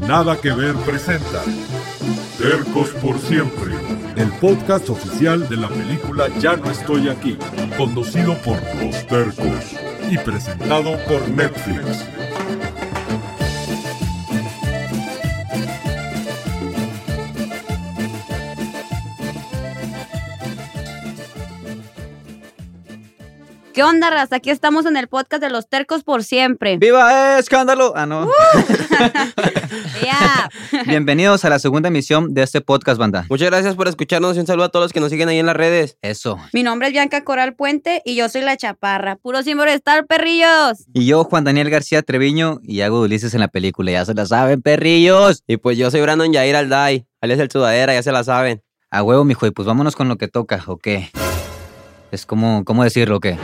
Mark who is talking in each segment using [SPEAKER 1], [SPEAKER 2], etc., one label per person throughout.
[SPEAKER 1] Nada que ver presenta Tercos por siempre, el podcast oficial de la película Ya no estoy aquí, conducido por Los Tercos y presentado por Netflix.
[SPEAKER 2] ¿Qué onda, raza? Aquí estamos en el podcast de los tercos por siempre.
[SPEAKER 3] ¡Viva Escándalo! Ah, no.
[SPEAKER 2] Ya.
[SPEAKER 3] Bienvenidos a la segunda emisión de este podcast, banda.
[SPEAKER 4] Muchas gracias por escucharnos y un saludo a todos los que nos siguen ahí en las redes.
[SPEAKER 3] Eso.
[SPEAKER 2] Mi nombre es Bianca Coral Puente y yo soy la chaparra. Puro sin estar, perrillos.
[SPEAKER 3] Y yo, Juan Daniel García Treviño, y hago de Ulises en la película. Ya se la saben, perrillos.
[SPEAKER 4] Y pues yo soy Brandon Yair Alday, alias el Sudadera, ya se la saben.
[SPEAKER 3] A huevo, mijo, y pues vámonos con lo que toca, ¿o qué? Es como, ¿cómo decirlo, o qué?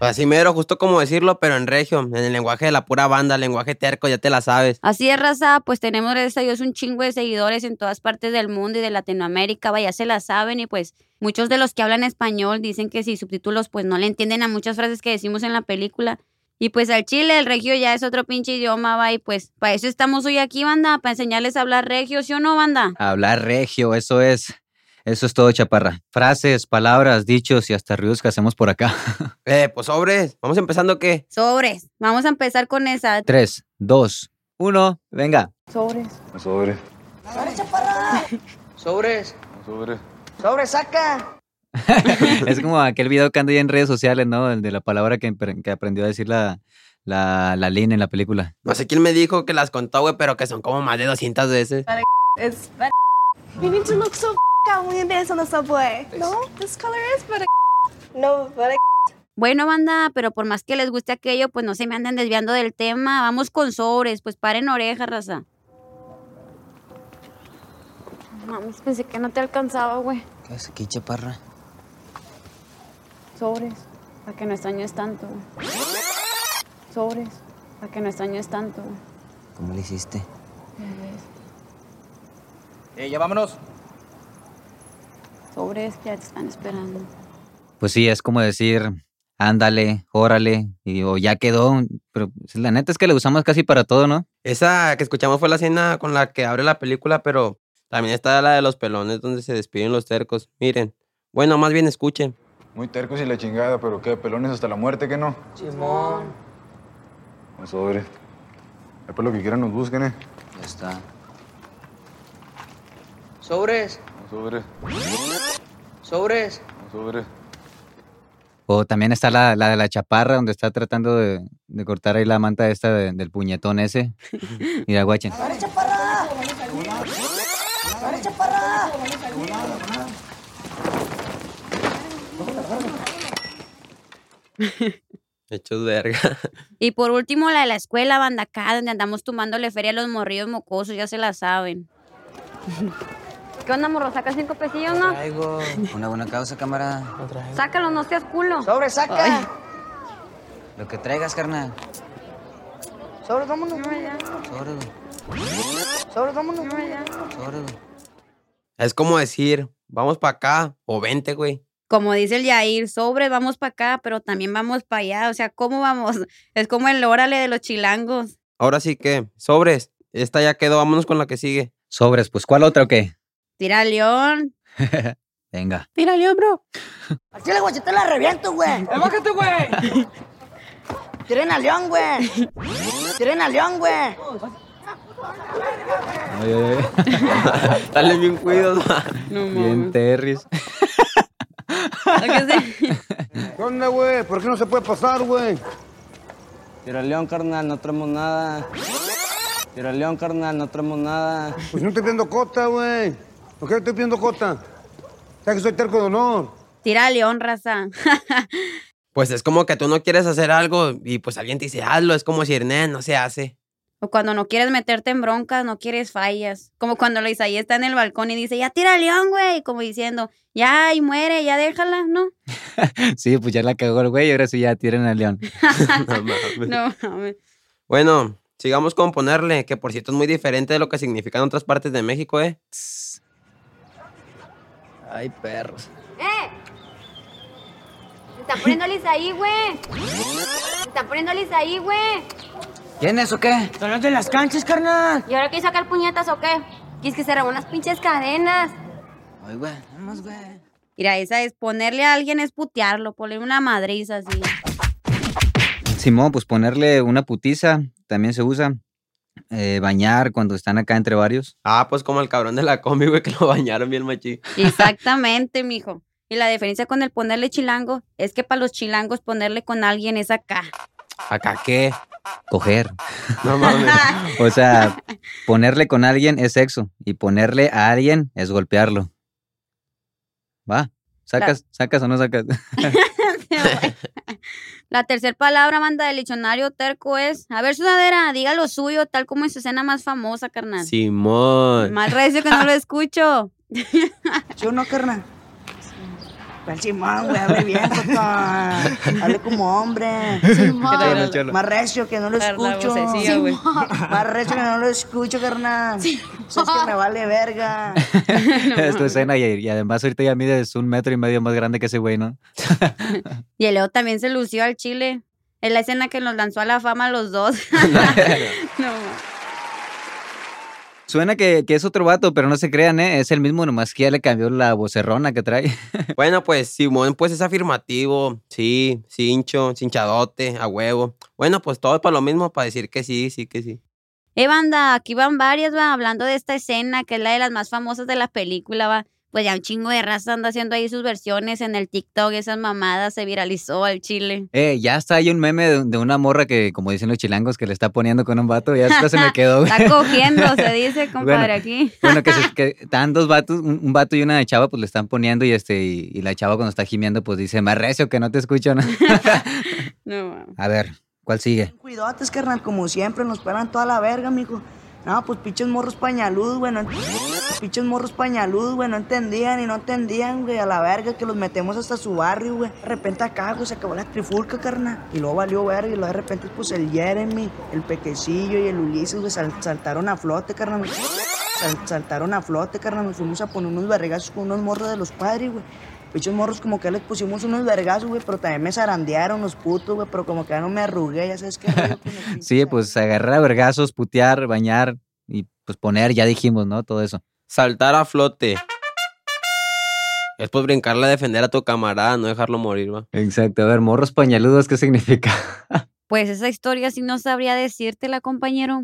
[SPEAKER 4] Pues Así mero, justo como decirlo, pero en regio, en el lenguaje de la pura banda, lenguaje terco, ya te la sabes.
[SPEAKER 2] Así es, raza, pues tenemos, gracias a Dios, un chingo de seguidores en todas partes del mundo y de Latinoamérica, vaya, se la saben y pues muchos de los que hablan español dicen que sin subtítulos pues no le entienden a muchas frases que decimos en la película. Y pues al chile, el regio ya es otro pinche idioma, va, y pues para eso estamos hoy aquí, banda, para enseñarles a hablar regio, ¿sí o no, banda?
[SPEAKER 3] Hablar regio, eso es. Eso es todo, chaparra. Frases, palabras, dichos y hasta ruidos que hacemos por acá.
[SPEAKER 4] Eh, pues sobres, vamos empezando qué.
[SPEAKER 2] Sobres, vamos a empezar con esa.
[SPEAKER 3] Tres, dos, uno, venga.
[SPEAKER 5] Sobre.
[SPEAKER 6] Sobres,
[SPEAKER 5] Sobre.
[SPEAKER 6] sobres, saca.
[SPEAKER 3] Es como aquel video que anda ahí en redes sociales, ¿no? El de la palabra que, empre- que aprendió a decir la, la, la Lin en la película.
[SPEAKER 4] No sé quién me dijo que las contó, güey, pero que son como más de 200 veces.
[SPEAKER 7] It's bad. You need to look so out when you dance on the subway. No, this color is but No, but
[SPEAKER 2] Bueno, banda, pero por más que les guste aquello, pues no se me anden desviando del tema. Vamos con sobres, pues paren orejas, raza.
[SPEAKER 7] Mames, pensé que no te alcanzaba, güey.
[SPEAKER 4] ¿Qué es aquí, chaparra?
[SPEAKER 7] Sobres, para que no extrañes tanto. güey. Sobres, para que no extrañes tanto. güey.
[SPEAKER 4] ¿Cómo le hiciste?
[SPEAKER 8] Eh, ya vámonos.
[SPEAKER 7] Sobres, ya te están esperando.
[SPEAKER 3] Pues sí, es como decir, ándale, órale, y, o ya quedó. Pero pues, la neta es que le usamos casi para todo, ¿no?
[SPEAKER 4] Esa que escuchamos fue la escena con la que abre la película, pero también está la de los pelones donde se despiden los tercos. Miren, bueno, más bien escuchen.
[SPEAKER 5] Muy tercos y la chingada, pero qué, pelones hasta la muerte, que no.
[SPEAKER 6] Simón.
[SPEAKER 5] Sobre. Después lo que quieran nos busquen, eh.
[SPEAKER 3] Ya está.
[SPEAKER 6] Sobres,
[SPEAKER 5] Sobre.
[SPEAKER 6] sobres.
[SPEAKER 5] Sobre.
[SPEAKER 3] O también está la, la de la chaparra, donde está tratando de, de cortar ahí la manta esta de- del puñetón ese. Mira, guachen.
[SPEAKER 4] Hechos verga.
[SPEAKER 2] Y por último, la de la escuela, banda, acá, donde andamos tumbándole feria a los morrillos mocosos, ya se la saben. ¿Qué onda, morro? ¿Sacas cinco pesillos, no?
[SPEAKER 4] Traigo una buena causa, cámara.
[SPEAKER 2] Sácalo, no seas culo.
[SPEAKER 6] Sobres, saca.
[SPEAKER 4] Lo que traigas, carnal.
[SPEAKER 6] Sobres, vámonos.
[SPEAKER 4] Sobre,
[SPEAKER 6] Sobres, vámonos.
[SPEAKER 4] Es como decir, vamos para acá o vente, güey.
[SPEAKER 2] Como dice el Yair, sobre, vamos para acá, pero también vamos para allá. O sea, ¿cómo vamos? Es como el órale de los chilangos.
[SPEAKER 4] Ahora sí que, sobres. Esta ya quedó, vámonos con la que sigue.
[SPEAKER 3] Sobres, pues, ¿cuál otra o qué?
[SPEAKER 2] Tira león.
[SPEAKER 3] Venga.
[SPEAKER 2] Tira león, bro.
[SPEAKER 6] Al chile, güey, si te la reviento, güey.
[SPEAKER 8] ¡Bájate, güey!
[SPEAKER 6] Tiren al león, güey. Tiren al león, güey.
[SPEAKER 3] Ay, ay, ay.
[SPEAKER 4] Dale bien cuido.
[SPEAKER 2] No,
[SPEAKER 3] Bien,
[SPEAKER 2] mames.
[SPEAKER 3] Terris.
[SPEAKER 2] Lo que sea.
[SPEAKER 9] ¿Qué onda, güey? ¿Por qué no se puede pasar, güey?
[SPEAKER 4] Tira león, carnal, no traemos nada. Tira león, carnal, no traemos nada.
[SPEAKER 9] Pues no estoy pidiendo cota, güey. ¿Por qué no estoy pidiendo cota? ¿Sabes que soy terco de honor?
[SPEAKER 2] Tira león, raza.
[SPEAKER 4] Pues es como que tú no quieres hacer algo y pues alguien te dice, hazlo. Es como decir, "Nah, no se hace.
[SPEAKER 2] O cuando no quieres meterte en broncas, no quieres fallas. Como cuando la Isaí está en el balcón y dice, ya tira león, güey. Como diciendo, ya, y muere, ya déjala, ¿no?
[SPEAKER 3] Sí, pues ya la cagó el güey, ahora sí ya tiren al león.
[SPEAKER 4] No mames.
[SPEAKER 2] No, mames.
[SPEAKER 4] Bueno, sigamos con ponerle, que por cierto es muy diferente de lo que significa en otras partes de México, ¿eh? Ay, perros.
[SPEAKER 7] Está poniéndoles ahí, güey. Está poniéndoles ahí, güey.
[SPEAKER 3] ¿Quién es o qué?
[SPEAKER 10] Son los de las canchas, carnal.
[SPEAKER 2] ¿Y ahora qué sacar puñetas o qué? Quis que se robó unas pinches cadenas.
[SPEAKER 3] Ay, güey, vamos, güey.
[SPEAKER 2] Mira, esa es ponerle a alguien es putearlo, ponerle una madriza así.
[SPEAKER 3] Simón, pues ponerle una putiza también se usa. Eh, bañar cuando están acá entre varios.
[SPEAKER 4] Ah, pues como el cabrón de la combi, güey, que lo bañaron bien machín.
[SPEAKER 2] Exactamente, mijo. Y la diferencia con el ponerle chilango es que para los chilangos ponerle con alguien es acá.
[SPEAKER 4] ¿Acá qué?
[SPEAKER 3] Coger.
[SPEAKER 4] No mames.
[SPEAKER 3] O sea, ponerle con alguien es sexo y ponerle a alguien es golpearlo. Va, sacas, sacas o no sacas.
[SPEAKER 2] La tercera palabra, manda del diccionario terco es, a ver, sudadera, diga lo suyo, tal como en su escena más famosa, carnal.
[SPEAKER 4] Simón.
[SPEAKER 2] Mal recio que no lo escucho.
[SPEAKER 10] Yo no, carnal.
[SPEAKER 6] El Simón, güey, hable bien, papá. Hable como hombre.
[SPEAKER 3] Cholo, cholo.
[SPEAKER 6] Más recio que no lo
[SPEAKER 2] Dar la
[SPEAKER 6] escucho.
[SPEAKER 2] vocecilla, güey.
[SPEAKER 6] Más recio que no lo escucho, carnal. Sabes que me vale verga.
[SPEAKER 3] es tu escena y, y además ahorita ya mides un metro y medio más grande que ese güey, ¿no?
[SPEAKER 2] Y el Leo también se lució al chile. Es la escena que nos lanzó a la fama a los dos. no.
[SPEAKER 3] Suena que, que es otro vato, pero no se crean, ¿eh? Es el mismo, nomás que ya le cambió la vocerrona que trae.
[SPEAKER 4] Bueno, pues Simón, pues es afirmativo. Sí, cincho, cinchadote, a huevo. Bueno, pues todo es para lo mismo, para decir que sí, sí, que sí.
[SPEAKER 2] Eh, banda, aquí van varias, va, hablando de esta escena, que es la de las más famosas de la película, va. Pues ya un chingo de raza anda haciendo ahí sus versiones en el TikTok, esas mamadas se viralizó al chile.
[SPEAKER 3] Eh, ya está ahí un meme de, de una morra que, como dicen los chilangos, que le está poniendo con un vato. Ya hasta se me quedó, güey.
[SPEAKER 2] Está cogiendo, se dice, compadre,
[SPEAKER 3] Bueno.
[SPEAKER 2] aquí.
[SPEAKER 3] Bueno, que, se, que están dos vatos, un, un vato y una chava, pues le están poniendo y este y, y la chava cuando está gimiendo, pues dice, más recio que no te escucho. ¿no?"
[SPEAKER 2] No, mames.
[SPEAKER 3] A ver, ¿cuál sigue?
[SPEAKER 6] Cuidotes, carnal, como siempre, nos paran toda la verga, mijo. No, pues pinches morros pañaludos, güey, no ent- pinches morros pañaludos, güey, no entendían y no entendían, güey, a la verga que los metemos hasta su barrio, güey. De repente acá, güey, se acabó la trifulca, carnal. Y luego valió verga y luego de repente, pues, el Jeremy, el Pequecillo y el Ulises, güey, sal- saltaron a flote, carnal. Sal- saltaron a flote, carnal. Nos fuimos a poner unos vergazos con unos morros de los padres, güey. Pichos morros como que les pusimos unos vergazos, güey, pero también me zarandearon los putos, güey, pero como que ya no me arrugué, ya sabes qué. rollo con los pinches
[SPEAKER 3] Sí, pues agarrar a vergazos, putear, bañar y pues poner, ya dijimos, ¿no? Todo eso.
[SPEAKER 4] Saltar a flote. Es pues brincarle a defender a tu camarada, no dejarlo morir, va.
[SPEAKER 3] Exacto. A ver, morros pañaludos, ¿qué significa?
[SPEAKER 2] Pues esa historia sí no sabría decírtela, compañero.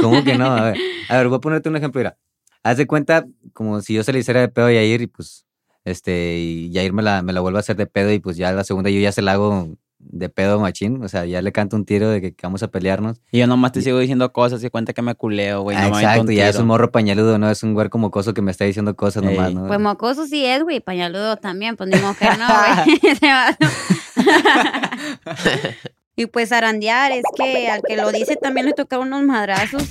[SPEAKER 3] ¿Cómo que no? A ver, a ver, voy a ponerte un ejemplo. Mira, haz de cuenta como si yo se le hiciera de pedo a Yair y pues, este, y Yair me la, me la vuelve a hacer de pedo y pues ya la segunda yo ya se la hago de pedo machín. O sea, ya le canto un tiro de que, que vamos a pelearnos.
[SPEAKER 11] Y yo nomás te sigo diciendo cosas y cuenta que me culeo, güey.
[SPEAKER 3] Ah,
[SPEAKER 11] no me aviento un
[SPEAKER 3] exacto, ya es
[SPEAKER 11] tiro.
[SPEAKER 3] un morro pañaludo, ¿no? Es un güerco mocoso que me está diciendo cosas nomás,
[SPEAKER 11] Ey.
[SPEAKER 3] ¿no?
[SPEAKER 2] Pues mocoso sí es, güey, pañaludo también, pues ni modo que no, güey. Se va, ¿no? y pues arandear es que al que lo dice también le toca unos madrazos.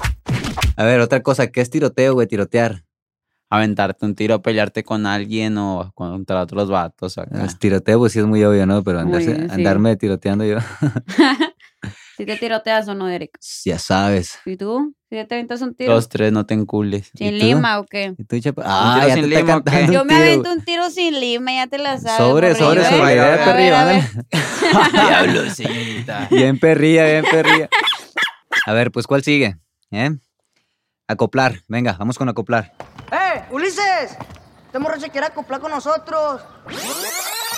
[SPEAKER 3] A ver, otra cosa, ¿qué es tiroteo, güey? Tirotear.
[SPEAKER 11] Aventarte un tiro, pelearte con alguien o contra otros vatos. acá.
[SPEAKER 4] Ah.
[SPEAKER 3] Es tiroteo, pues sí es muy obvio, ¿no? Pero andarse-
[SPEAKER 2] Güey, Ah. sí.
[SPEAKER 3] andarme tiroteando yo,
[SPEAKER 2] Si te tiroteas o no, Eric.
[SPEAKER 3] ya sabes.
[SPEAKER 2] ¿Y tú? Si te aventas un tiro
[SPEAKER 11] Los tres no te encules.
[SPEAKER 2] sin
[SPEAKER 3] ¿y tú?
[SPEAKER 2] lima o qué.
[SPEAKER 3] ¿Y tú, chapa? Ah,
[SPEAKER 11] tiro
[SPEAKER 3] ya
[SPEAKER 11] sin
[SPEAKER 3] te está
[SPEAKER 11] lima o qué?
[SPEAKER 3] cantando
[SPEAKER 2] Yo
[SPEAKER 3] un
[SPEAKER 2] me
[SPEAKER 3] tiro,
[SPEAKER 2] avento
[SPEAKER 3] güey.
[SPEAKER 2] un tiro sin lima, ya te la sabes.
[SPEAKER 3] Sobre,
[SPEAKER 2] morrillo,
[SPEAKER 3] sobre,
[SPEAKER 2] ¿eh?
[SPEAKER 3] sobre.
[SPEAKER 2] A
[SPEAKER 3] ya,
[SPEAKER 2] ver,
[SPEAKER 3] perrillo,
[SPEAKER 2] a ver.
[SPEAKER 3] dale.
[SPEAKER 11] Diablo, señorita.
[SPEAKER 3] Bien perrilla, bien perrilla. A ver, pues, ¿cuál sigue? ¿Eh? Acoplar. Venga, vamos con acoplar.
[SPEAKER 6] ¡Eh, Ulises! Este morro se quiere acoplar con nosotros.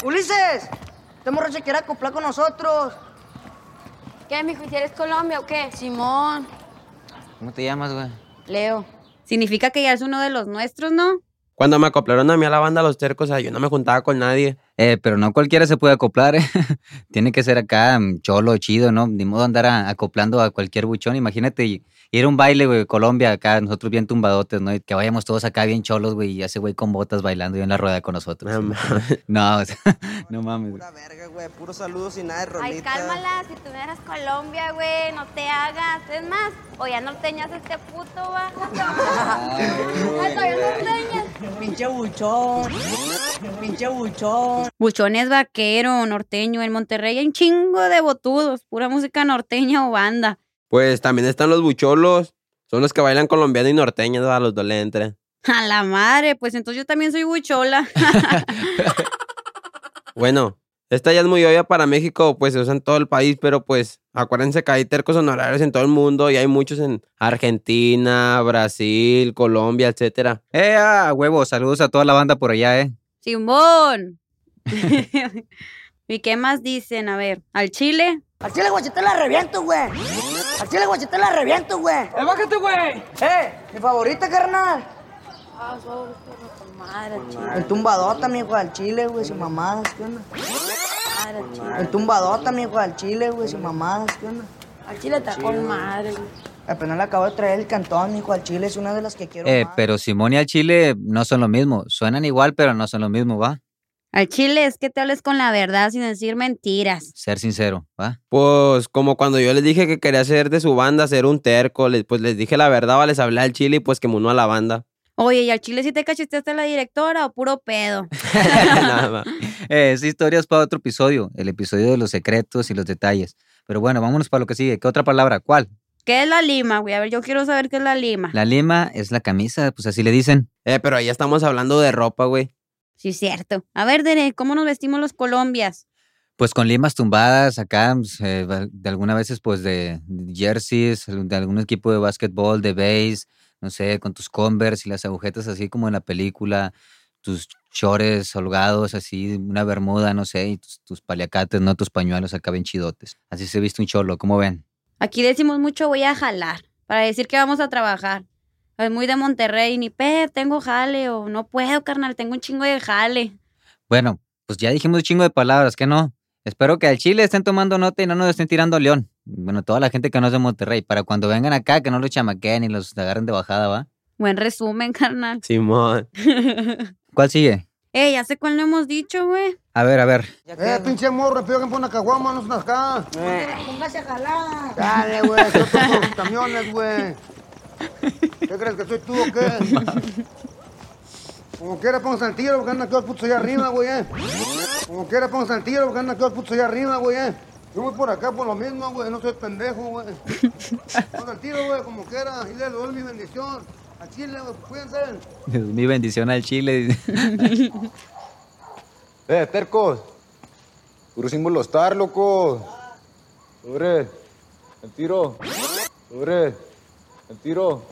[SPEAKER 6] ¡Ulises! Este morro se quiere acoplar con nosotros.
[SPEAKER 12] ¿Qué, mijo? ¿Y si eres Colombia o qué? Simón.
[SPEAKER 3] ¿Cómo te llamas, güey?
[SPEAKER 12] Leo.
[SPEAKER 2] Significa que ya es uno de los nuestros, ¿no?
[SPEAKER 4] Cuando me acoplaron a mí a la banda Los Tercos, o sea, yo no me juntaba con nadie.
[SPEAKER 3] Eh, pero no cualquiera se puede acoplar, ¿eh? Tiene que ser acá mm, cholo, chido, ¿no? Ni modo andar a- acoplando a cualquier buchón. Imagínate y- ir a un baile, güey, Colombia, acá, nosotros bien tumbadotes, ¿no? Y que vayamos todos acá bien cholos, güey, y ese güey con botas bailando y en la rueda con nosotros.
[SPEAKER 4] No mames.
[SPEAKER 3] No, o sea, no mames. güey.
[SPEAKER 6] verga, güey, puros saludos y nada de
[SPEAKER 12] Ay, cálmala, si tú no eras Colombia, güey, no te hagas. Es más, o ya norteñas a este puto, va. Todavía norteñas.
[SPEAKER 6] Pinche buchón. Pinche buchón.
[SPEAKER 2] Buchones vaquero, norteño. En Monterrey hay un chingo de botudos, pura música norteña o banda.
[SPEAKER 4] Pues también están los bucholos. Son los que bailan colombiano y norteño, ¿verdad? los dolentes.
[SPEAKER 2] A la madre, pues entonces yo también soy buchola.
[SPEAKER 4] Bueno, Esta ya es muy obvia para México, pues se usa en todo el país, pero pues acuérdense que hay tercos honorarios en todo el mundo y hay muchos en Argentina, Brasil, Colombia, etcétera.
[SPEAKER 3] ¡Eh, a huevo! Saludos a toda la banda por allá, ¿eh?
[SPEAKER 2] Simón. ¿Y qué más dicen? A ver, al Chile.
[SPEAKER 10] Al chile, güey, yo te la reviento, güey. Al chile, güey, yo te la reviento, güey.
[SPEAKER 8] ¡Eh, bájate, güey!
[SPEAKER 10] ¡Eh! Mi favorita, carnal.
[SPEAKER 7] Ah, su abuelito, no, con madre, chile.
[SPEAKER 6] El tumbadota, mijo, al chile, güey, su mamada, ¿qué onda?
[SPEAKER 7] Madre, chile.
[SPEAKER 6] El tumbadota, mijo, al chile, güey, su mamada, ¿qué onda?
[SPEAKER 7] Al chile está con madre, güey.
[SPEAKER 6] Apenas le acabo de traer el cantón, mijo, al chile es una de las que quiero
[SPEAKER 3] Eh,
[SPEAKER 6] más.
[SPEAKER 3] pero Simón y al Chile no son lo mismo. Suenan igual, pero no son lo mismo, ¿va?
[SPEAKER 2] Al Chile es que te hables con la verdad sin decir mentiras.
[SPEAKER 3] Ser sincero, ¿va?
[SPEAKER 4] Pues como cuando yo les dije que quería ser de su banda, ser un terco, les- pues les dije la verdad, o les hablé al chile y pues que munó a la banda.
[SPEAKER 2] Oye, ¿y al Chile sí te cacheteaste a la directora o puro pedo?
[SPEAKER 4] Nada más.
[SPEAKER 3] Eh, esa historia es para otro episodio, el episodio de los secretos y los detalles. Pero bueno, vámonos para lo que sigue. ¿Qué otra palabra? ¿Cuál?
[SPEAKER 2] ¿Qué es la lima, güey? A ver, yo quiero saber qué es la lima.
[SPEAKER 3] La lima es la camisa, pues así le dicen.
[SPEAKER 4] Eh, pero ahí estamos hablando de ropa, güey.
[SPEAKER 2] Sí, cierto. A ver, Dere, ¿cómo nos vestimos los colombias?
[SPEAKER 3] Pues con limas tumbadas acá, pues, eh, va- de algunas veces pues de jerseys, de algún equipo de básquetbol, de base, no sé, con tus Converse y las agujetas así como en la película, tus chores holgados así, una bermuda, no sé, y tus, tus paliacates, no tus pañuelos acá bien chidotes. Así se viste un cholo, ¿cómo ven?
[SPEAKER 2] Aquí decimos mucho voy a jalar para decir que vamos a trabajar. Es muy de Monterrey, ni per, tengo jale o no puedo, carnal, tengo un chingo de jale.
[SPEAKER 3] Bueno, pues ya dijimos un chingo de palabras, ¿qué no? Espero que al Chile estén tomando nota y no nos estén tirando león. Bueno, toda la gente que no es de Monterrey, para cuando vengan acá, que no los chamaqueen y los agarren de bajada, ¿va?
[SPEAKER 2] Buen resumen, carnal.
[SPEAKER 4] Simón.
[SPEAKER 3] ¿Cuál sigue?
[SPEAKER 2] Eh, ya sé cuál no hemos dicho, güey.
[SPEAKER 3] A ver, a ver.
[SPEAKER 9] Eh, pinche morro, pido que me ponga una caguama, no es una acá.
[SPEAKER 10] Póngase a jalar.
[SPEAKER 9] Dale, güey, yo toco los camiones, güey. ¿Qué crees que soy tú o qué? Como quiera pónganse al tiro, porque andan aquí los putos allá arriba, güey, eh. Como quiera pónganse al tiro, porque andan aquí los putos allá arriba, güey, eh. Yo voy por acá por lo mismo, güey, no soy pendejo, güey. Pónganse al tiro, güey, como quiera, y les doy mi bendición. A Chile, güey, cuídense.
[SPEAKER 3] Mi bendición al Chile.
[SPEAKER 5] Eh, tercos. Puro símbolo estar, loco. Sobre. El tiro. Sobre. El tiro.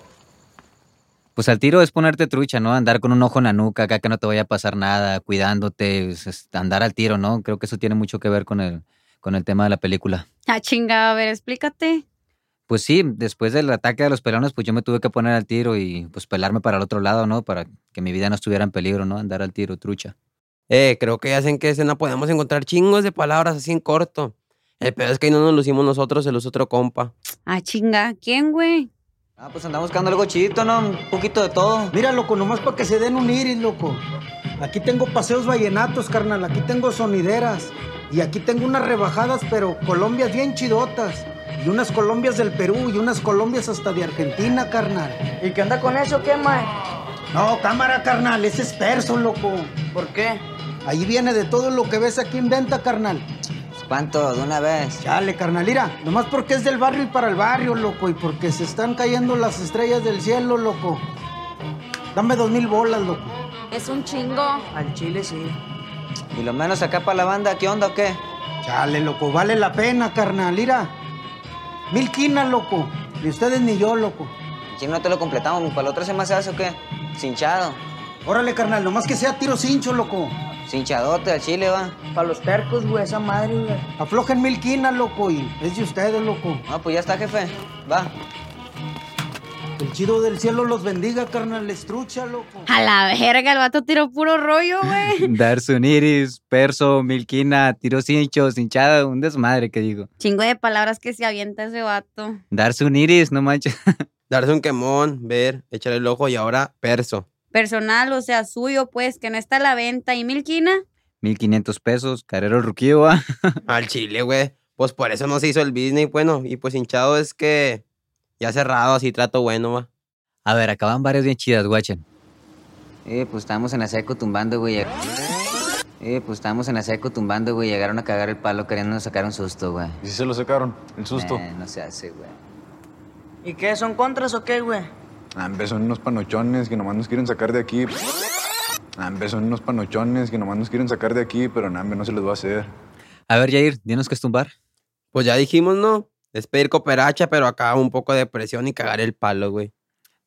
[SPEAKER 3] Pues al tiro es ponerte trucha, ¿no? Andar con un ojo en la nuca, acá que no te vaya a pasar nada, cuidándote, es- es andar al tiro, ¿no? Creo que eso tiene mucho que ver con el, con el tema de la película.
[SPEAKER 2] Ah, chingada, a ver, explícate.
[SPEAKER 3] Pues sí, después del ataque de los pelones, pues yo me tuve que poner al tiro y pues pelarme para el otro lado, ¿no? Para que mi vida no estuviera en peligro, ¿no? Andar al tiro, trucha.
[SPEAKER 4] Eh, creo que ya sé en qué escena podemos encontrar chingos de palabras así en corto. El peor es que ahí no nos lucimos nosotros, se luce otro compa.
[SPEAKER 2] Ah, chinga, ¿quién, güey?
[SPEAKER 3] Ah, pues andamos buscando algo chidito, ¿no? Un poquito de todo.
[SPEAKER 10] Mira, loco, nomás para que se den un iris, loco. Aquí tengo paseos vallenatos, carnal. Aquí tengo sonideras. Y aquí tengo unas rebajadas, pero colombias bien chidotas. Y unas colombias del Perú y unas colombias hasta de Argentina, carnal.
[SPEAKER 6] ¿Y qué anda con eso, qué, mae?
[SPEAKER 10] No, cámara, carnal, ese es perso, loco.
[SPEAKER 6] ¿Por qué?
[SPEAKER 10] Ahí viene de todo lo que ves aquí en venta, carnal. ¿Cuánto? ¿De una vez? Chale, carnal, mira, nomás porque es del barrio y para el barrio, loco, y porque se están cayendo las estrellas del cielo, loco. Dame dos mil bolas, loco.
[SPEAKER 2] Es un chingo.
[SPEAKER 10] Al chile sí.
[SPEAKER 13] Y lo menos acá para la banda, ¿qué onda o qué?
[SPEAKER 10] Chale, loco, vale la pena, carnal, mira. Mil quinas, loco. Ni ustedes ni yo, loco.
[SPEAKER 13] Si no te lo completamos, ¿para la otra semana se hace o qué? Cinchado.
[SPEAKER 10] Órale, carnal, nomás que sea tiro cincho, loco.
[SPEAKER 13] Cinchadote al chile, va.
[SPEAKER 10] Para los tercos, güey, esa madre, güey. Aflojen mil quinas, loco, y es de ustedes, loco.
[SPEAKER 13] No, pues ya está, jefe. Va.
[SPEAKER 10] El chido del cielo los bendiga, carnal, estrucha, loco.
[SPEAKER 2] A la verga, el vato tiró puro rollo, güey.
[SPEAKER 3] Darse un iris, perso, milquina, tiro cincho, cinchada, un desmadre que digo.
[SPEAKER 2] Chingo de palabras que se avienta ese vato.
[SPEAKER 3] Darse un iris, no manches.
[SPEAKER 4] Darse un quemón, ver, echar el ojo y ahora perso.
[SPEAKER 2] Personal, o sea, suyo, pues, que no está a la venta. ¿Y Milquina?
[SPEAKER 3] 1500 pesos, carero ruquillo, ¿va?
[SPEAKER 4] Al chile, güey. Pues por eso no se hizo el business, bueno. Y pues hinchado es que ya cerrado, así trato bueno, va.
[SPEAKER 3] A ver, acaban varias bien chidas, guachen.
[SPEAKER 13] Eh, pues estábamos en la seco tumbando, güey. Eh, pues estábamos en la seco tumbando, güey. Llegaron a cagar el palo queriéndonos sacar un susto, güey.
[SPEAKER 5] ¿Y si se lo sacaron? El susto.
[SPEAKER 13] Eh, no se hace, güey.
[SPEAKER 6] ¿Y qué? ¿Son contras o qué, güey?
[SPEAKER 5] Ah, hombre, son unos panochones que nomás nos quieren sacar de aquí. Ah, hombre, son unos panochones que nomás nos quieren sacar de aquí, pero nada, hombre, no se les va a hacer.
[SPEAKER 3] A ver, Jair, dinos qué es tumbar.
[SPEAKER 4] Pues ya dijimos, ¿no? Es pedir cooperacha, pero acá un poco de presión y cagar el palo, güey.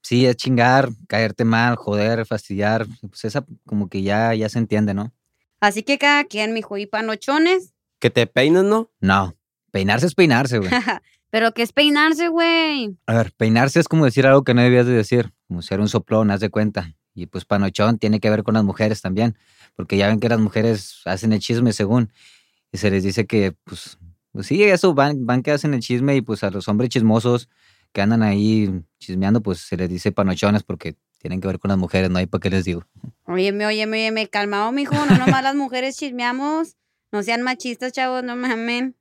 [SPEAKER 3] Sí, es chingar, caerte mal, joder, fastidiar. Pues esa como que ya, ya se entiende, ¿no?
[SPEAKER 2] Así que cada quien, mijo, y panochones.
[SPEAKER 4] Que te peines, ¿no?
[SPEAKER 3] No. Peinarse es peinarse, güey.
[SPEAKER 2] Pero que es peinarse, güey.
[SPEAKER 3] A ver, peinarse es como decir algo que no debías de decir, como ser un soplón, haz de cuenta. Y pues panochón tiene que ver con las mujeres también, porque ya ven que las mujeres hacen el chisme según, y se les dice que, pues, pues sí, eso, van, van que hacen el chisme y pues a los hombres chismosos que andan ahí chismeando, pues se les dice panochones porque tienen que ver con las mujeres, no hay para qué les digo.
[SPEAKER 2] Óyeme, óyeme, óyeme, calmado, mijo. No nomás las mujeres chismeamos. No sean machistas, chavos, no mamen.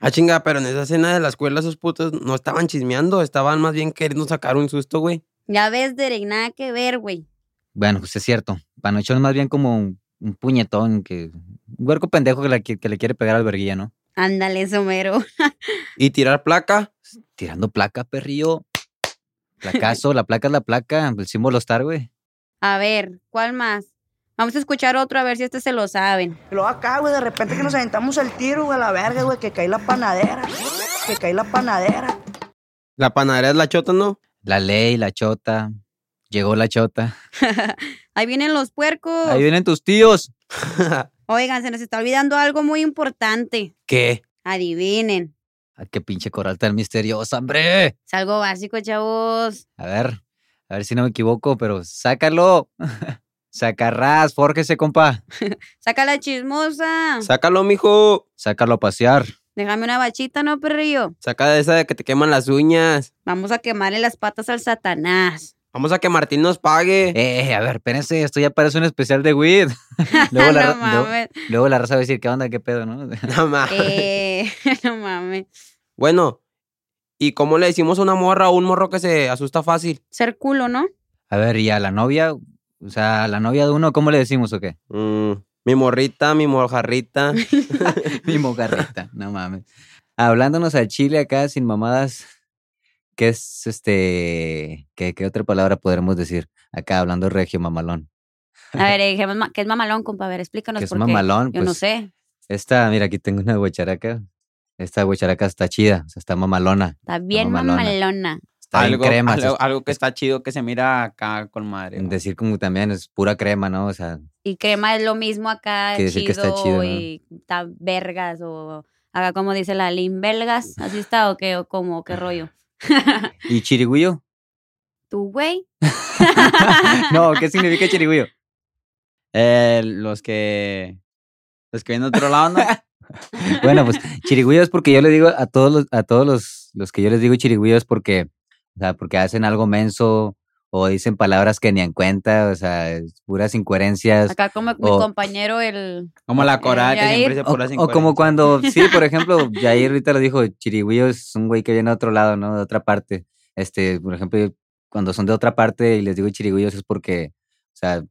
[SPEAKER 4] Ah, chinga, pero en esa cena de la escuela esos putos no estaban chismeando, estaban más bien queriendo sacar un susto, güey.
[SPEAKER 2] ya ves, Derek, nada que ver, güey.
[SPEAKER 3] Bueno, pues es cierto. Panochón es más bien como un, un puñetón, que, un huerco pendejo que, la que- que le quiere pegar al verguilla, ¿no?
[SPEAKER 2] Ándale, somero.
[SPEAKER 4] ¿Y tirar placa?
[SPEAKER 3] Tirando placa, perrillo. Placazo, la placa es la placa, el símbolo star, güey.
[SPEAKER 2] A ver, ¿cuál más? Vamos a escuchar otro a ver si este se lo saben.
[SPEAKER 6] Lo acá, güey, de repente que nos aventamos el tiro, güey, a la verga, güey, que caí la panadera, que caí la panadera.
[SPEAKER 4] La panadería es la chota, ¿no?
[SPEAKER 3] La ley, la chota. Llegó la chota.
[SPEAKER 2] Ahí vienen los puercos.
[SPEAKER 3] Ahí vienen tus tíos.
[SPEAKER 2] Oigan, se nos está olvidando algo muy importante.
[SPEAKER 4] ¿Qué?
[SPEAKER 2] Adivinen.
[SPEAKER 3] Ah, qué pinche coral tan misteriosa, hombre.
[SPEAKER 2] Es algo básico, chavos.
[SPEAKER 3] A ver, a ver si no me equivoco, pero sácalo. Sacarrás, fórjese, compa.
[SPEAKER 2] Saca la chismosa.
[SPEAKER 4] Sácalo, mijo.
[SPEAKER 3] Sácalo a pasear.
[SPEAKER 2] Déjame una bachita, ¿no, perrillo?
[SPEAKER 4] Saca de esa de que te queman las uñas.
[SPEAKER 2] Vamos a quemarle las patas al satanás.
[SPEAKER 4] Vamos a que Martín nos pague.
[SPEAKER 3] Eh, a ver, espérense, esto ya parece un especial de weed.
[SPEAKER 2] No
[SPEAKER 3] luego, la, ra- luego-
[SPEAKER 2] mames.
[SPEAKER 3] luego la raza va a decir, ¿qué onda? ¿Qué pedo, no?
[SPEAKER 4] No mames.
[SPEAKER 2] Eh, no mames.
[SPEAKER 4] Bueno, ¿y cómo le decimos a una morra o un morro que se asusta fácil?
[SPEAKER 2] Ser culo, ¿no?
[SPEAKER 3] A ver, ¿y a la novia? O sea, ¿a la novia de uno cómo le decimos o qué?
[SPEAKER 4] Mm, mi morrita, mi mojarrita.
[SPEAKER 3] Mi mojarrita, no mames. Hablándonos al chile acá sin mamadas, ¿qué es este? ¿Qué, qué otra palabra podremos decir? Acá hablando regio, mamalón.
[SPEAKER 2] A ver, eh, dijimos ma- que es mamalón, compa. A ver, explícanos
[SPEAKER 3] Que es
[SPEAKER 2] por
[SPEAKER 3] mamalón,
[SPEAKER 2] Yo no
[SPEAKER 3] pues,
[SPEAKER 2] sé.
[SPEAKER 3] Esta, mira, aquí tengo una huacharaca. Esta huacharaca está chida, o sea, está mamalona.
[SPEAKER 2] Está bien
[SPEAKER 3] mamalona.
[SPEAKER 2] mamalona.
[SPEAKER 3] Está bien crema.
[SPEAKER 11] algo,
[SPEAKER 3] es-
[SPEAKER 11] algo que está chido que se mira acá con madre. güey.
[SPEAKER 3] Decir como también es pura crema, ¿no? O sea,
[SPEAKER 2] Y crema es lo mismo acá,
[SPEAKER 3] Que decir
[SPEAKER 2] chido,
[SPEAKER 3] que está chido, ¿no?
[SPEAKER 2] y está vergas o acá como dice la limbelgas, así está o qué o cómo, qué rollo.
[SPEAKER 3] ¿y chirigüillo?
[SPEAKER 2] ¿Tú, güey?
[SPEAKER 3] no, ¿qué significa chirigüillo?
[SPEAKER 11] Eh, los que. Los que vienen de otro lado, ¿no?
[SPEAKER 3] Bueno, pues chirigüillo es porque yo le digo a todos los, a todos los, los que yo les digo chirigüillo es porque, o sea, porque hacen algo menso o dicen palabras que ni en cuenta, o sea, es puras incoherencias.
[SPEAKER 2] Acá como mi
[SPEAKER 3] O-
[SPEAKER 2] compañero el
[SPEAKER 11] Como la coral,
[SPEAKER 2] coraje
[SPEAKER 11] que siempre se
[SPEAKER 3] O,
[SPEAKER 11] pura sin
[SPEAKER 3] o como cuando, sí, por ejemplo, Jair ahorita lo dijo, chirigüillo es un güey que viene de otro lado, ¿no? De otra parte. Este, por ejemplo, yo cuando son de otra parte y les digo chirigüillos es porque, o sea,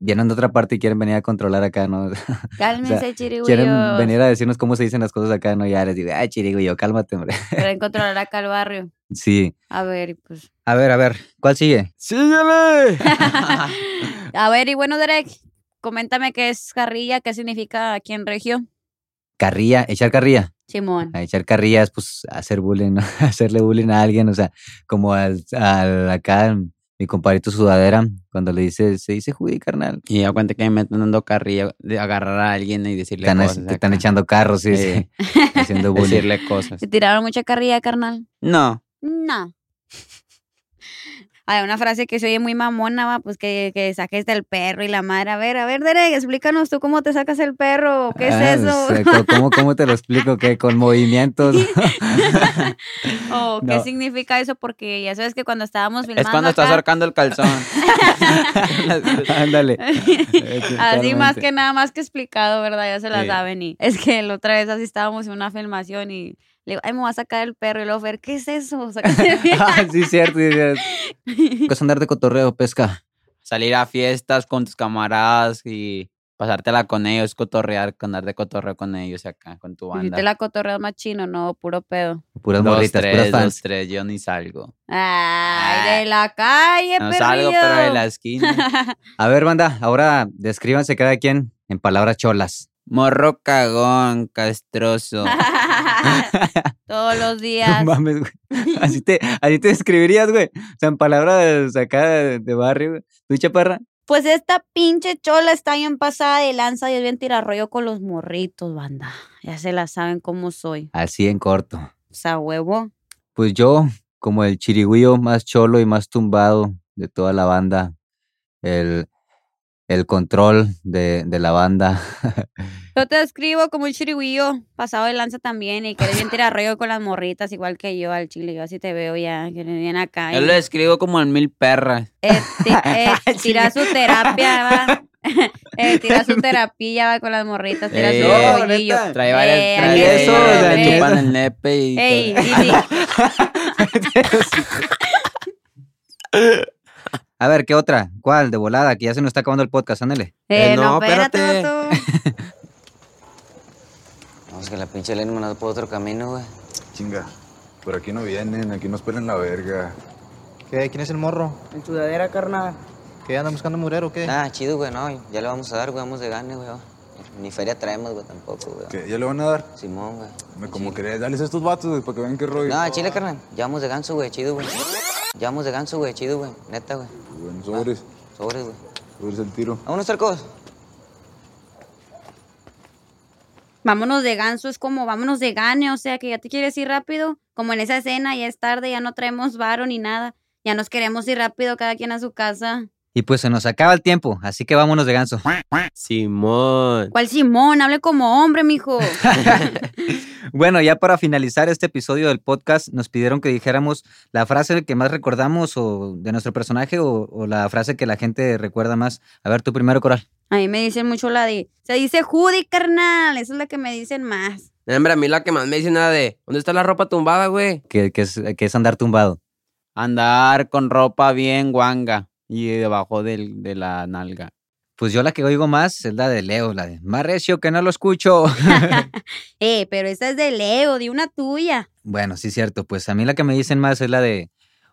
[SPEAKER 3] vienen de otra parte y quieren venir a controlar acá, ¿no?
[SPEAKER 2] Cálmense,
[SPEAKER 3] O sea, Quieren
[SPEAKER 2] chirigüillos.
[SPEAKER 3] venir a decirnos cómo se dicen las cosas acá, ¿no? Ya les digo, ay, chirigüillo, cálmate, hombre.
[SPEAKER 2] para encontrar acá al barrio.
[SPEAKER 3] Sí.
[SPEAKER 2] A ver, y pues.
[SPEAKER 3] A ver, a ver, ¿cuál sigue?
[SPEAKER 4] ¡Síguele!
[SPEAKER 2] A ver, y bueno, Derek, coméntame qué es carrilla, qué significa aquí en Regio.
[SPEAKER 3] Carrilla, echar carrilla.
[SPEAKER 2] Simón.
[SPEAKER 3] A echar carrilla es pues hacer bullying, ¿no? hacerle bullying a alguien, o sea, como al, al- acá mi compadrito sudadera, cuando le dice, se dice judí, carnal.
[SPEAKER 11] Y ya cuenta que me están dando carrilla de agarrar a alguien y decirle
[SPEAKER 3] Están,
[SPEAKER 11] cosas.
[SPEAKER 3] te están
[SPEAKER 11] acá.
[SPEAKER 3] echando carros, sí, sí,
[SPEAKER 11] Eh,
[SPEAKER 3] haciendo bullying.
[SPEAKER 11] decirle cosas.
[SPEAKER 2] ¿Te
[SPEAKER 3] este.
[SPEAKER 2] tiraron mucha carrilla, carnal?
[SPEAKER 11] No.
[SPEAKER 2] No. Hay una frase que se oye muy mamona, va, pues que, que saques del perro y la madre. A ver, a ver, Derek, explícanos tú cómo te sacas el perro. ¿Qué es
[SPEAKER 3] Ah,
[SPEAKER 2] eso?
[SPEAKER 3] o sea, ¿cómo- ¿cómo, cómo te lo explico? que ¿Con movimientos?
[SPEAKER 2] ¿O qué
[SPEAKER 3] no.
[SPEAKER 2] significa eso? Porque ya sabes que cuando estábamos filmando.
[SPEAKER 11] Es cuando estás
[SPEAKER 2] acá,
[SPEAKER 11] ahorcando el calzón.
[SPEAKER 3] Ándale.
[SPEAKER 2] Así más
[SPEAKER 3] Totalmente.
[SPEAKER 2] que nada más que explicado, ¿verdad? Ya se la
[SPEAKER 11] Sí.
[SPEAKER 2] saben. Y es que la otra vez así estábamos en una filmación y le digo, ay, me voy a sacar el perro. Y luego, Fer, ¿qué es eso? Sácate el perro".
[SPEAKER 3] Ah, sí, cierto. sí, cierto. ¿Qué es andar de cotorreo, pesca?
[SPEAKER 11] Salir a fiestas con tus camaradas y pasártela con ellos, cotorrear, andar de cotorreo con ellos acá, con tu
[SPEAKER 2] Y si
[SPEAKER 11] banda.
[SPEAKER 2] te la cotorreas más chino, no, puro pedo.
[SPEAKER 3] Puras
[SPEAKER 11] dos,
[SPEAKER 3] morritas,
[SPEAKER 11] tres,
[SPEAKER 3] puras
[SPEAKER 11] dos,
[SPEAKER 3] fans.
[SPEAKER 11] tres, yo ni salgo.
[SPEAKER 2] Ay, de la calle,
[SPEAKER 11] Ah. No salgo,
[SPEAKER 2] perrillo.
[SPEAKER 11] pero de la esquina.
[SPEAKER 3] A ver, banda, ahora descríbanse cada quien en palabras cholas.
[SPEAKER 11] Morro cagón, castroso.
[SPEAKER 2] Todos los días.
[SPEAKER 3] No mames, güey. Así te, así te describirías, güey. O sea, en palabras acá de, de barrio, güey. ¿Tú, chaparra?
[SPEAKER 2] Pues esta pinche chola está bien pasada de lanza y es bien tirarrollo con los morritos, banda. Ya se la saben cómo soy.
[SPEAKER 3] Así en corto.
[SPEAKER 2] O sea, huevo.
[SPEAKER 3] Pues yo, como el chirigüillo más cholo y más tumbado de toda la banda, el, el control de, de la banda.
[SPEAKER 2] Yo te describo como un chiriguillo pasado de lanza también y que eres bien tirarrollo con las morritas, igual que yo al chile. Yo así te veo ya, que eres bien acá.
[SPEAKER 11] Yo lo describo como el mil perras.
[SPEAKER 2] Eh, ti- eh, tira su terapia, va. Eh, tira su terapia, va con las morritas, tira
[SPEAKER 11] Eh,
[SPEAKER 2] su
[SPEAKER 11] no,
[SPEAKER 2] rollillo.
[SPEAKER 11] Trae varias.
[SPEAKER 2] Eh,
[SPEAKER 11] trae
[SPEAKER 2] aquí
[SPEAKER 11] varias-
[SPEAKER 2] estoy,
[SPEAKER 11] le
[SPEAKER 2] eh.
[SPEAKER 11] chupan el nepe y. todo.
[SPEAKER 2] Ey, Lili,
[SPEAKER 3] A ver, ¿qué otra? ¿Cuál? De volada, que ya se nos está acabando el podcast, ándale.
[SPEAKER 2] Eh, no, espérate, vato.
[SPEAKER 13] No, es que la pinche ley no me la por otro camino, güey.
[SPEAKER 5] Chinga, por aquí no vienen, aquí nos pelan la verga.
[SPEAKER 14] ¿Qué? ¿Quién es el morro?
[SPEAKER 6] En sudadera, carnal.
[SPEAKER 14] ¿Qué? ¿Andan buscando murero o qué?
[SPEAKER 13] Ah, chido, güey, no. Ya le vamos a dar, güey, vamos de gane, güey. va. Ni feria traemos, güey, tampoco, güey.
[SPEAKER 5] ¿Qué? ¿Ya le van a dar?
[SPEAKER 13] Simón, güey.
[SPEAKER 5] Me como quería, dales a estos vatos güey, para que vean qué rollo.
[SPEAKER 13] No, chile, carnal. Ya vamos de ganso, güey, chido, güey. Ya vamos de ganso, güey, chido, güey. Neta, güey.
[SPEAKER 5] Bueno, sobres,
[SPEAKER 13] Sobres, güey.
[SPEAKER 5] sobres el tiro.
[SPEAKER 13] Vámonos, cercos.
[SPEAKER 2] Vámonos de ganso, es como vámonos de gane, o sea que ya te quieres ir rápido, como en esa escena, ya es tarde, ya no traemos varo ni nada, ya nos queremos ir rápido cada quien a su casa.
[SPEAKER 3] Y pues se nos acaba el tiempo, así que vámonos de ganso.
[SPEAKER 11] Simón.
[SPEAKER 2] ¿Cuál Simón? Hable como hombre, mijo.
[SPEAKER 3] Bueno, ya para finalizar este episodio del podcast, nos pidieron que dijéramos la frase que más recordamos o de nuestro personaje o, o la frase que la gente recuerda más. A ver, tú primero, Coral.
[SPEAKER 2] A mí me dicen mucho la de, se dice Judy, carnal, esa es la que me dicen más.
[SPEAKER 4] No, hombre, a mí la que más me dice nada de. ¿Dónde está la ropa tumbada, güey?
[SPEAKER 3] Que, que es, que es andar tumbado.
[SPEAKER 11] Andar con ropa bien guanga y debajo del, de la nalga.
[SPEAKER 3] Pues yo la que oigo más es la de Leo, la de más recio que no lo escucho.
[SPEAKER 2] Eh, pero esa es de Leo, de una tuya.
[SPEAKER 3] bueno, sí, cierto. Pues a mí la que me dicen más es la de,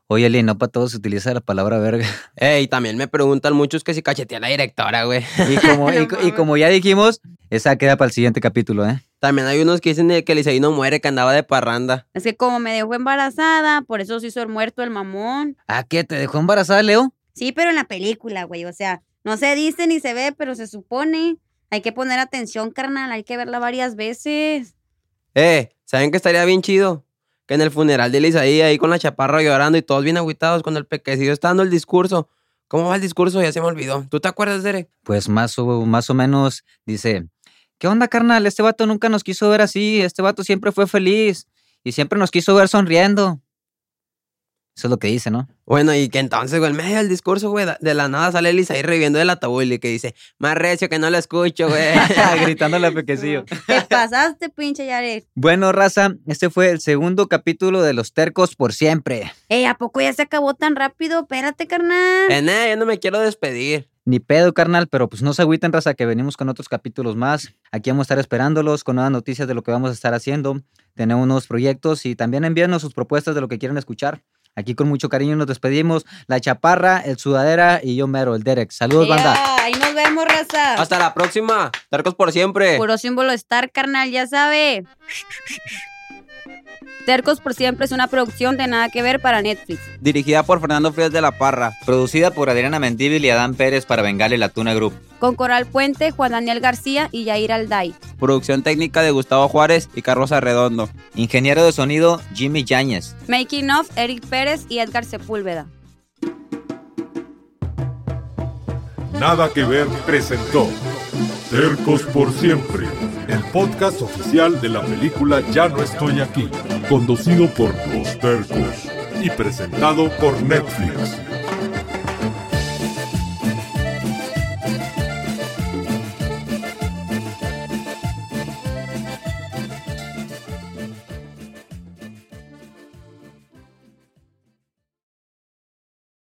[SPEAKER 3] oye, Eli, no para todos se utiliza la palabra verga.
[SPEAKER 4] Ey, también me preguntan muchos que si cachetea a la directora, güey.
[SPEAKER 3] Y como, y co- y como ya dijimos, esa queda para el siguiente capítulo, ¿eh?
[SPEAKER 4] También hay unos que dicen eh, que el Isaí no muere, que andaba de parranda.
[SPEAKER 2] Es que como me dejó embarazada, por eso se hizo el muerto el mamón.
[SPEAKER 3] ¿A qué? ¿Te dejó embarazada, Leo?
[SPEAKER 2] Sí, pero en la película, güey, o sea, no se dice ni se ve, pero se supone. Hay que poner atención, carnal, hay que verla varias veces.
[SPEAKER 4] Eh, ¿saben que estaría bien chido? Que en el funeral de Isaí, ahí con la chaparra llorando y todos bien agüitados cuando el pequecillo está dando el discurso. ¿Cómo va el discurso? Ya se me olvidó. ¿Tú te acuerdas, Derek?
[SPEAKER 3] Pues más o, más o menos dice, ¿qué onda carnal? Este vato nunca nos quiso ver así, este vato siempre fue feliz y siempre nos quiso ver sonriendo. Eso es lo que dice, ¿no?
[SPEAKER 4] Bueno, y que entonces, güey, en medio del discurso, güey, de la nada sale el Isaí reviviendo del ataúd y que dice, más recio que no lo escucho, güey.
[SPEAKER 3] Gritándole a pequecillo.
[SPEAKER 2] Te pasaste, pinche Yaret.
[SPEAKER 3] Bueno, raza, este fue el segundo capítulo de Los Tercos por siempre.
[SPEAKER 2] Eh, ¿a poco ya se acabó tan rápido? Espérate, carnal.
[SPEAKER 4] Eh, nah, yo no me quiero despedir.
[SPEAKER 3] Ni pedo, carnal, pero pues no se agüiten, raza, que venimos con otros capítulos más. Aquí vamos a estar esperándolos con nuevas noticias de lo que vamos a estar haciendo. Tenemos nuevos proyectos y también envíanos sus propuestas de lo que quieren escuchar. Aquí con mucho cariño nos despedimos. La Chaparra, el Sudadera y yo mero, el Derek. Saludos, banda.
[SPEAKER 2] Ya, Ahí nos vemos, raza.
[SPEAKER 4] Hasta la próxima. Tarcos por siempre.
[SPEAKER 2] Puro símbolo Star, carnal, ya sabe. Tercos por siempre es una producción de nada que ver para Netflix.
[SPEAKER 11] Dirigida por Fernando Frías de la Parra.
[SPEAKER 3] Producida por Adriana Mendíbil y Adán Pérez para Bengali La Tuna Group.
[SPEAKER 2] Con Coral Puente, Juan Daniel García y Yair Alday.
[SPEAKER 11] Producción técnica de Gustavo Juárez y Carlos Arredondo.
[SPEAKER 3] Ingeniero de sonido Jimmy Yáñez.
[SPEAKER 2] Making of Eric Pérez y Edgar Sepúlveda.
[SPEAKER 1] Nada que ver presentó Tercos por siempre, el podcast oficial de la película Ya no estoy aquí, conducido por los tercos y presentado por Netflix.